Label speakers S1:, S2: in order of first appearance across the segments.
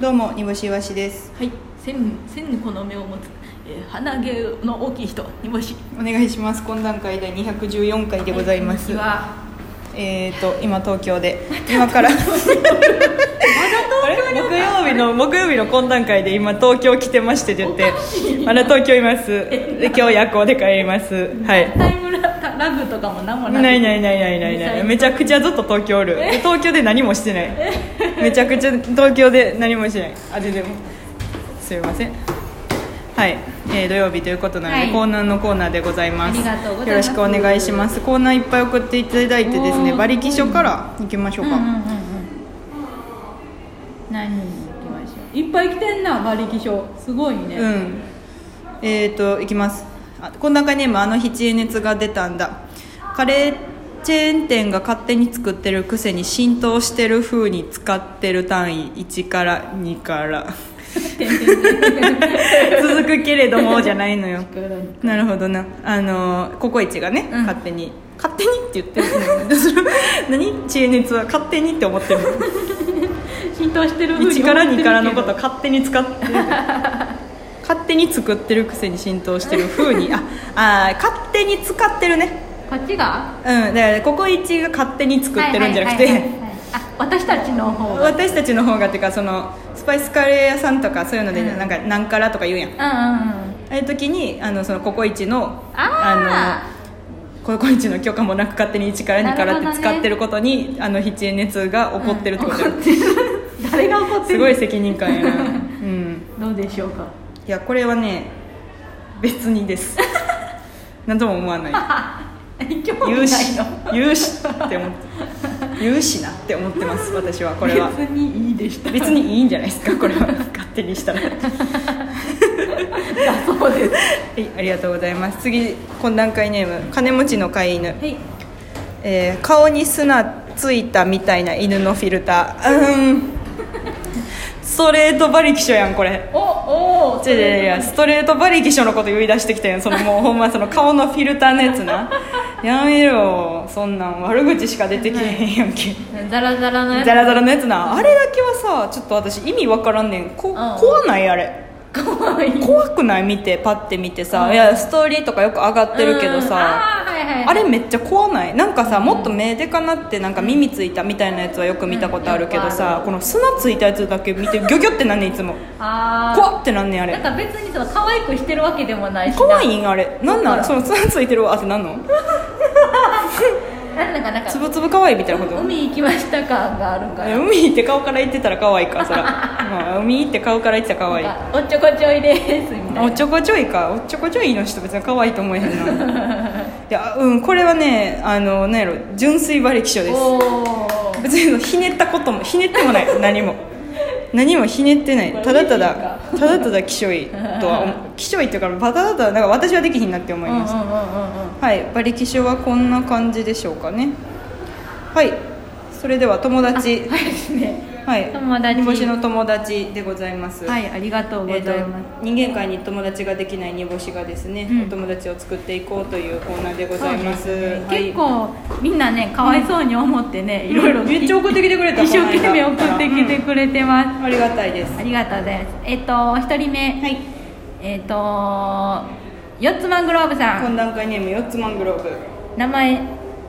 S1: どうも煮干しいわしです
S2: はい千千個の目を持つ、えー鼻毛の大きい人煮干し
S1: お願いします懇談会第214回でございます、
S2: は
S1: えっ、と今東京で今からあれ木曜日の木曜日の懇談会で今東京来てましてって言ってまだ東京いますで今日夜行で帰りますはい
S2: タイムララグとかも何も
S1: ないないない
S2: い
S1: ないないない
S2: 実際
S1: めちゃくちゃずっと東京おるで東京で何もしてないめちゃくちゃ東京で何もしてないあででもすいませんはい、えー土曜日ということなので、
S2: はい
S1: コーナーのコーナーでございます
S2: ありがとうございま
S1: よ
S2: す
S1: ろしくお願いしますコーナーいっぱい送っていただいてですね
S2: おー
S1: 馬力書から行きましょ
S2: う
S1: うん
S2: う
S1: か、
S2: んうんうん何行きましょういっぱい来てんな馬力書すごいね、
S1: うん。えっ、と、いきます。あ、こんな感じもあの日知恵熱が出たんだ。カレーチェーン店が勝手に作ってるくせに浸透してる風に使ってる単位1から2から。
S2: てんてんてんてん
S1: 続くけれどもじゃないのよ。
S2: 袋に
S1: なるほどな。あのーココイチがね、
S2: うん
S1: 勝手に。勝手にって言ってる のそれ何知恵熱は勝手にって思ってる
S2: 浸透し てる風に
S1: 1から2からのこと
S2: 思っ
S1: 勝
S2: てる
S1: 手に使ってる勝手に作ってるくせに浸透してる風にああー勝手に使ってるね
S2: けどこっちが
S1: うんだからここ一が勝手に作ってるんじゃなく
S2: はいは
S1: て
S2: いはいはいはいあ私たちの方が
S1: 私たちの方がっていうかそのスパイスカレー屋さんとかそういうので
S2: うん
S1: なんか何からとか言うやん
S2: うんうんうん
S1: ああいう時にあのそのココイチの
S2: あ
S1: のココイチの許可もなく勝手に1から2からって使ってることに、あの非知恵熱が怒ってるってことや、
S2: 誰が怒って
S1: す
S2: る
S1: ごい責任感やなうん
S2: どうでしょうか
S1: いやこれはね別にです 何とも思わない
S2: 興味な
S1: 言
S2: いう
S1: し
S2: の
S1: 言うしって思って言うしなって思ってます私はこれは
S2: 別にいいでした
S1: 別にいいんじゃないですかこれは勝手にしたらは
S2: だそうです
S1: いありがとうございます次懇談会ネーム金持ちの飼い犬、
S2: はい
S1: えー顔に砂ついたみたいな犬のフィルターうー んストレート馬力書やんこれ
S2: おおお
S1: 違う違う違うストレートバリキショのこと言い出してきたやんそのもうほんまその顔のフィルターのやつ なやめろそんなん悪口しか出てきへんやんけ
S2: ザラザラのやつ
S1: ザラザラのやつなあれだけはさちょっと私意味わからんねんこ
S2: うん
S1: 怖ないあれ
S2: 怖い
S1: 怖くない見てパッて見てさ、
S2: うん
S1: いやストーリーとかよく上がってるけど
S2: うん
S1: さ、
S2: あーはいはい
S1: あれめっちゃ怖ないなんかさもっと目でかなってなんか耳ついたみたいなやつはよく見たことあるけどさ、この砂ついたやつだけ見てギョギョってなんねんいつも
S2: あー
S1: 怖ってなんねんあれ
S2: なんか別にその可愛くしてるわけでもないしな
S1: 怖いんあれなんな
S2: だ
S1: ん
S2: か
S1: そのツンついてるわってなんの
S2: なんかなんか
S1: つぶつぶ可愛いみたいなこと
S2: 海行きました感があるんか
S1: え
S2: ら
S1: 海行って顔から言ってたら可愛いか そら、まあ、海行って顔から言ってたら可愛い
S2: なんかおっちょこちょいですみたいな
S1: おっちょこちょいかおっちょこちょいの人別に可愛いと思えへんな いやうんこれはねあのなんやろ純粋馬力書です
S2: おお
S1: 別にひねったこともひねってもない何も何もひねってないただた
S2: これ
S1: だただただきしょいとは 思うきしょいっていうかただただなんか私はできひんなって思いました
S2: うんうんうんうんうん
S1: はい、馬力書はこんな感じでしょうかね。はい、それでは友達、
S2: はいですね
S1: はい、
S2: 友達
S1: 煮干しの友達でございます。
S2: はいありがとうご
S1: え
S2: ざ
S1: ー
S2: い
S1: と
S2: ます、
S1: 人間界に友達ができない煮干しがですね、
S2: うん
S1: お友達を作っていこうというコーナーでございます。
S2: そうですね
S1: はい
S2: 結構みんなねかわいそうに思ってね、いろいろ
S1: めっちゃ送ってきてくれた。
S2: 一生懸命送
S1: この間
S2: ってきて、くれてます、
S1: うんありがたいです。
S2: ありがとうございますえっ、とお一人目、
S1: はい、
S2: えっ、と四つマングローブさん
S1: 懇談会ネーム四つマングローブ。
S2: 名前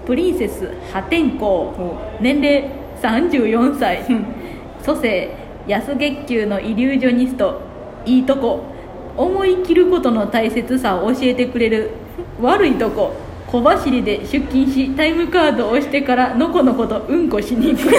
S2: プリンセス破天
S1: お
S2: 荒年齢34歳
S1: うん
S2: 蘇生安月給のイリュージョニストいいとこ思い切ることの大切さを教えてくれる悪いとこ小走りで出勤しタイムカードを押してからのこのことうんこしに行 く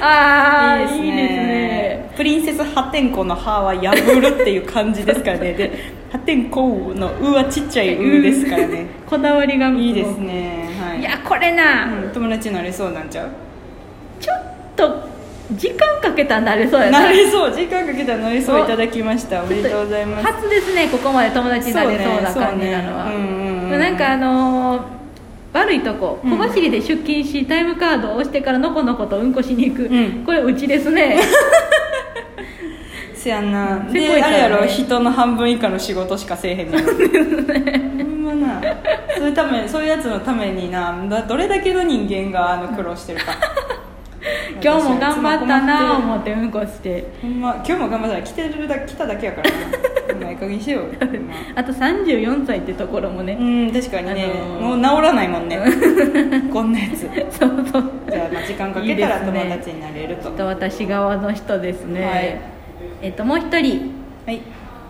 S2: ああいいですね
S1: プリンセス破天荒の「ハは破るっていう感じですからねで 破天荒の「う」はちっちゃい「う」ですからね
S2: こだわりが
S1: いいですねはい
S2: いやこれな、
S1: うん友達になれそうなんちゃう
S2: ちょっと時間かけたんだあれそうや
S1: なれそう時間かけたらなれそういただきましたおめでとうございます
S2: 初ですねここまで友達になれそうな
S1: そうね
S2: 感じなのは、
S1: そうねうんうんうん
S2: なんかあのー悪いとこ
S1: うん
S2: 小走りで出勤し、タイムカードを押してからのこのことうんこしに行く、
S1: うん
S2: これうちですね
S1: せやんな
S2: せこい
S1: で
S2: か
S1: あ
S2: ら
S1: れ
S2: ね
S1: やろ人の半分以下の仕事しかせえへんねんほんまなそういうためそういうやつのためになどれだけの人間があの苦労してるか
S2: い 今日も頑張ったなぁ
S1: 思
S2: 思ってうんこして
S1: ほんま今日も頑張ったら来てるだ来ただけやからなほんまいい加減にし ようよほんま
S2: あと34歳ってところもね、
S1: うん確かにね、
S2: あのー
S1: もう治らないも んねこんなやつ
S2: そうそう
S1: じゃあ、まあ、時間かけたら
S2: いいですね
S1: 友達になれると
S2: ちょっと私側の人ですね、
S1: はい
S2: えっともう一人
S1: はい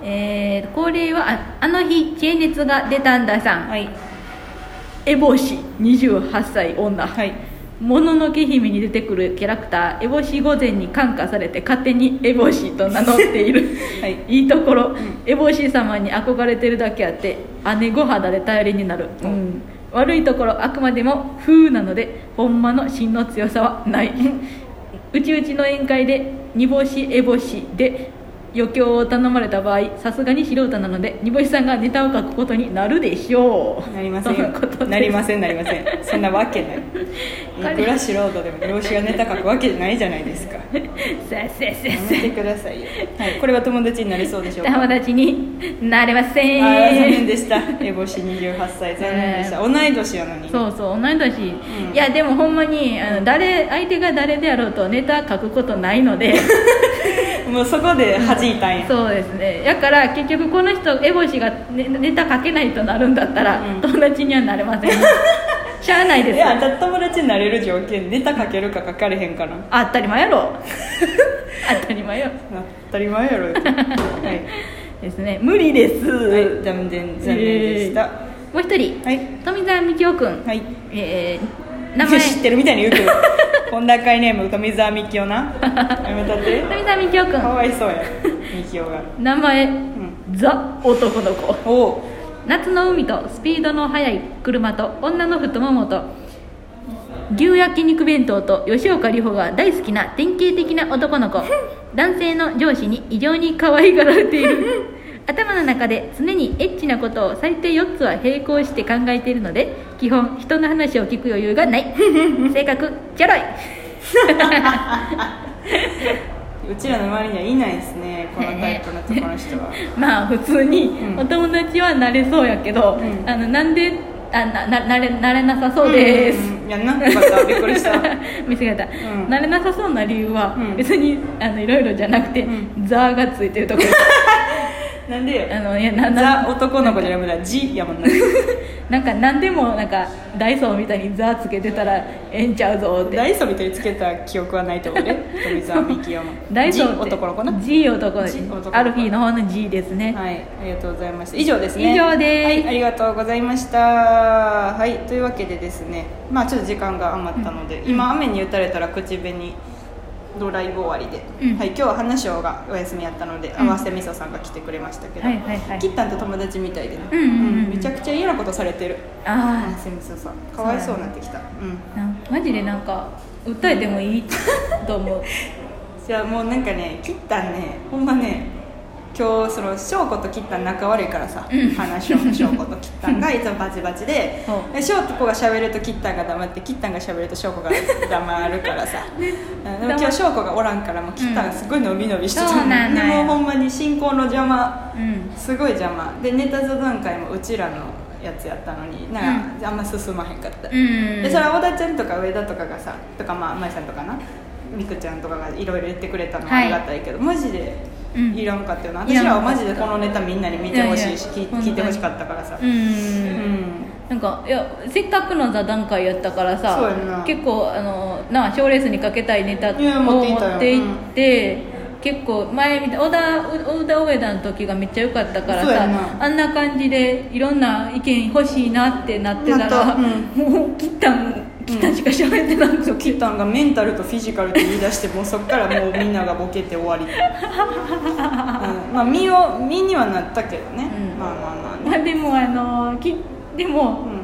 S2: えー、これはああの日知恵熱が出たんださん、
S1: はい
S2: エボシ28歳女
S1: はい
S2: もののけ姫に出てくるキャラクターエボシ御前に感化されて勝手にエボシと名乗っている、
S1: はい
S2: いいところ、エボシ様に憧れてるだけあって姉御肌で頼りになる、
S1: うん
S2: うん悪いところあくまでも風なのでほんまの真の強さはないうちうちの宴会で煮干しエボシで余興を頼まれた場合さすがに素人なので煮干しさんがネタを書くことになるでしょう
S1: なりません
S2: との
S1: よ
S2: ことです
S1: なりませんなりませんそんなわけないいくら素人でも老子がネタ書くわけじゃないじゃないです かや
S2: せっせっせっせ
S1: めてくださいよ、はい、これは友達になれそうでしょうか
S2: 友達になれません
S1: あー残念でした烏帽子28歳残念でした、同い年やのに
S2: そうそう同い年、いやでもほんまにあの誰相手が誰であろうとネタ書くことないので
S1: もうそこで弾いたんや、
S2: そうですねだから結局この人エボシがネネタ書けないとなるんだったら、
S1: うん
S2: 友達にはなれません しゃあないで
S1: い
S2: す
S1: やだ友達になれる条件ネタ書けるか書かれへんから
S2: あ当たり前や ろ当たり前よ
S1: 当たり前や ろはい、
S2: ですね無理です、
S1: はい、残念残念でした、
S2: もう一人、
S1: はい
S2: 富澤美京君、
S1: はい
S2: えー名前
S1: 知ってるみたいに言うけど本田会ネーム富澤美京 なやめたって
S2: 富澤美京君
S1: かわいそうやみきおが
S2: 名前、
S1: ん
S2: ザ男の子
S1: おう
S2: 夏の海とスピードの速い車と女の太ももと牛焼肉弁当と吉岡里帆が大好きな典型的な男 の子男性の上司に異常に可愛がられている頭の中で常にエッチなことを最低4つは並行して考えているので基本人の話を聞く余裕がない 性格チャラいう
S1: ちらの周りにはいないですねこのタイプの男の人は
S2: まあ普通に
S1: うん
S2: お友達はなれそうやけど、
S1: うん
S2: あのなんであなななれなれなさ そうです、
S1: うんいやなんかよかったびっくりした
S2: 見せ方、
S1: ん
S2: 慣れなさそうな理由は
S1: うん
S2: 別に、あのいろいろじゃなくて、
S1: う
S2: ザーがついてる ところ
S1: なんでよ
S2: あのいやなな
S1: ザ男の子じゃなくて「じ」やもん な
S2: なんか何でもなんかダイソーみたいにザーつけてたらええんちゃうぞって
S1: ダイソーみたいにつけた記憶はないと思うで富澤美紀山
S2: ダイソーって
S1: 男の子な
S2: G 男の
S1: G 男の子
S2: アルフィーの方の G ですね、
S1: はい、ありがとうございました。以上ですね。
S2: 以上です
S1: はい、ありがとうございました。はい、というわけでですね、まあちょっと時間が余ったので、今雨に打たれたら口紅のライブ終わりで、
S2: うん
S1: はい、今日は花椒がお休みやったので、
S2: ん
S1: 合わせみそさんが来てくれましたけど、
S2: はいはいはい
S1: キッタンと友達みたいでね、
S2: うんうんうんうん
S1: めちゃくちゃ嫌なことされてる。合わ
S2: あ
S1: せみそさん、かわいそうになってきた。うん。
S2: あなマジでなんか訴えてもいいと 思う
S1: じゃあもうなんかね切ったねほんまね今日その翔子と切った仲悪いからさ、話を翔子と切ったんがいつもバチバチで
S2: そう
S1: で翔子が喋ると切ったんが黙って切ったんが喋ると翔子が黙るから さ、うんでも今日翔子がおらんからもう切ったんがすごい伸び伸びしてた、
S2: うんそうなんだ
S1: で
S2: よ
S1: もうほんまに進行の邪魔
S2: うん
S1: すごい邪魔でネタ座談会もうちらのやつやったのになんかあんま進まへんかった、
S2: うん
S1: でそれは小田ちゃんとか上田とかがさとかまあ舞さんとかなみくちゃんとかがいろいろ言ってくれたのは
S2: は
S1: あ
S2: い
S1: りがたいけど、マジで
S2: うん
S1: いらんかったよな、
S2: い
S1: 私
S2: らんからった
S1: はマジでこのネタみんなに見てほしいし
S2: いやい
S1: 聞
S2: や
S1: い聞いてほしかったからさ
S2: うん、
S1: うん
S2: なんかいやせっかくの座談会やったから
S1: そうやん
S2: さ
S1: な
S2: 結構あのなあ賞レースにかけたいネタを
S1: いや持ってい
S2: 持
S1: ったよ
S2: っていって、結構前みたい小田小田上田の時がめっちゃ良かったから
S1: そうや
S2: さ
S1: んな
S2: あんな感じでいろんな意見欲しいなってなってた
S1: な
S2: ら、
S1: った
S2: もう切ったん切ったんしか喋ってなくて、
S1: キッタンがメンタルとフィジカルって言い出して もうそっからもうみんながボケて終わり、うん、まあ身を身にはなったけどね、
S2: うん
S1: まあまあまあね、
S2: まあでもあのきでも、
S1: うん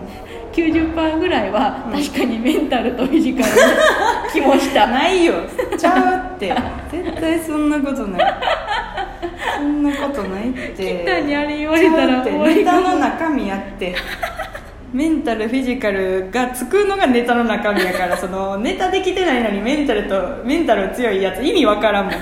S2: 90%ぐらいは確かにメンタルとフィジカルな気もし た
S1: ないよちゃうって絶対そんなことないそんなことないって
S2: キタにあれ言われたら
S1: ちゃう
S2: 終
S1: っ
S2: わ
S1: てネ
S2: り
S1: タの中身やってメンタルフィジカルがつくのがネタの中身やからそのネタできてないのにメンタルとメンタル強いやつ意味わからんもん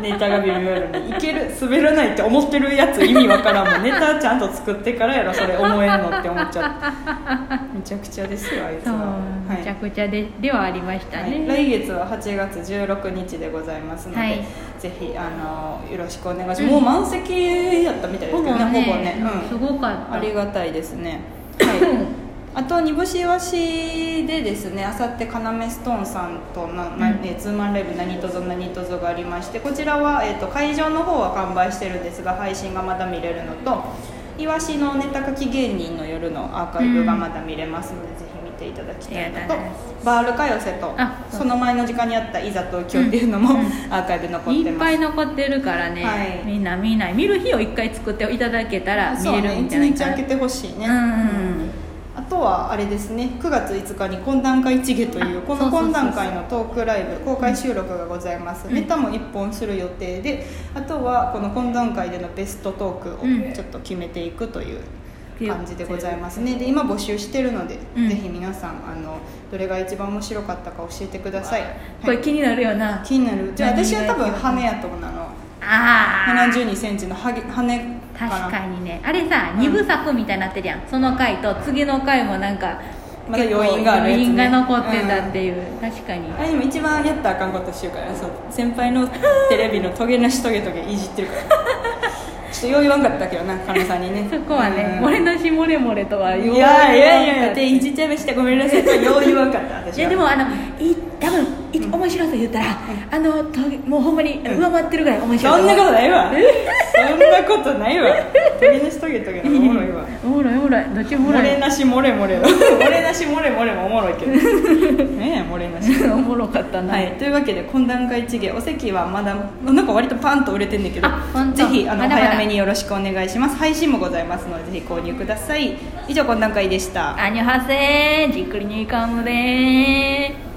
S1: ネタが微妙なのにいける滑らないって思ってるやつ意味わからんもんネタちゃんと作ってからやろそれ思えんのって思っちゃってめちゃくちゃですよあいつ
S2: そう
S1: は、は
S2: めちゃ
S1: い
S2: くちゃでではありました
S1: はい、
S2: ね、
S1: 来月は8月16日でございますので、
S2: はい
S1: ぜひあのよろしくお願いします、
S2: うん
S1: もう満席やったみたいです
S2: ほ
S1: けど
S2: ぼ
S1: ね
S2: ね
S1: ほぼね、うん、
S2: すごかった
S1: ありがたいですね。 はい。あと煮干しわしでですね、あさって要ストーンさんとな、な
S2: うん
S1: えーツーマンライブ何とぞ何とぞがありまして、こちらはえっ、と会場の方は完売してるんですが配信がまだ見れるのと、いわしのネタ書き芸人の夜のアーカイブがまだ見れますので、ぜひ見ていただきたいの
S2: ありが
S1: と
S2: とうございま、
S1: バールかよせと
S2: あそう
S1: その前の時間にあったいざ東京っていうのも、
S2: うんうん
S1: アーカイブ残って
S2: いっ
S1: ま
S2: ぱ
S1: す
S2: い。残ってるからね、
S1: はい
S2: みんな見ない見る日を一回作っていただけたら見
S1: そう
S2: れ
S1: ね
S2: るん
S1: 一
S2: じゃない
S1: 日
S2: かな
S1: 空けてほしいね。
S2: うんうん
S1: あとはあれですね9月5日に懇談会一芸という
S2: あ
S1: こ
S2: そ
S1: の
S2: うそうそうそう
S1: 懇談会のトークライブ公開収録がございます、
S2: うん
S1: ネタも1本する予定であとはこの懇談会でのベストトーク
S2: うん
S1: をちょっと決めていくという感じでございますねで今募集してるので、
S2: うん
S1: ぜひ皆さんあのどれが一番面白かったか教えてください、
S2: こ
S1: は
S2: れ
S1: い、
S2: 気になるよな
S1: 気になるじゃあ
S2: 何が
S1: 私は多分羽やと思うなあの
S2: ああ
S1: 7 2ンチのハゲ羽かな
S2: 確かにねあれさ
S1: うん
S2: 二部作みたいになってるやんその回と次の回もなんか
S1: まだ余韻があるやつね
S2: 結構余韻が残ってたっていう、確かに
S1: あれでも一番やったらあかんことしてるからねそう先輩のテレビのトゲなしトゲトゲいじってるからちょっとよう言わんかったけどな彼女さんにね
S2: そこはね、
S1: うん
S2: 俺のしもれもれとは言わ
S1: いやいやいやいや
S2: な
S1: でいじっちゃいましたごめんなさいとよう言わんかった私
S2: いや
S1: は
S2: でもあのい多分い面白さ言ったら、あのともうほんまに
S1: ん
S2: 上回ってるぐらい面白い
S1: そんなことないわそんなことないわトゲなしトゲトゲのおもろいわ
S2: おもろいおもろいどっちもおもろ
S1: 漏
S2: い
S1: れなし漏れ漏れは漏れなし漏れ漏れもおもろいけどねえ漏れなし
S2: おもろかったな、
S1: はい、というわけで懇談会一芸お席はまだなんか割とパンと売れてんだけど
S2: あほんと
S1: ぜひあの
S2: まだまだ
S1: 早めによろしくお願いします配信もございますのでぜひ購入ください以上懇談会でした
S2: 안녕하세요. 지클리니카무데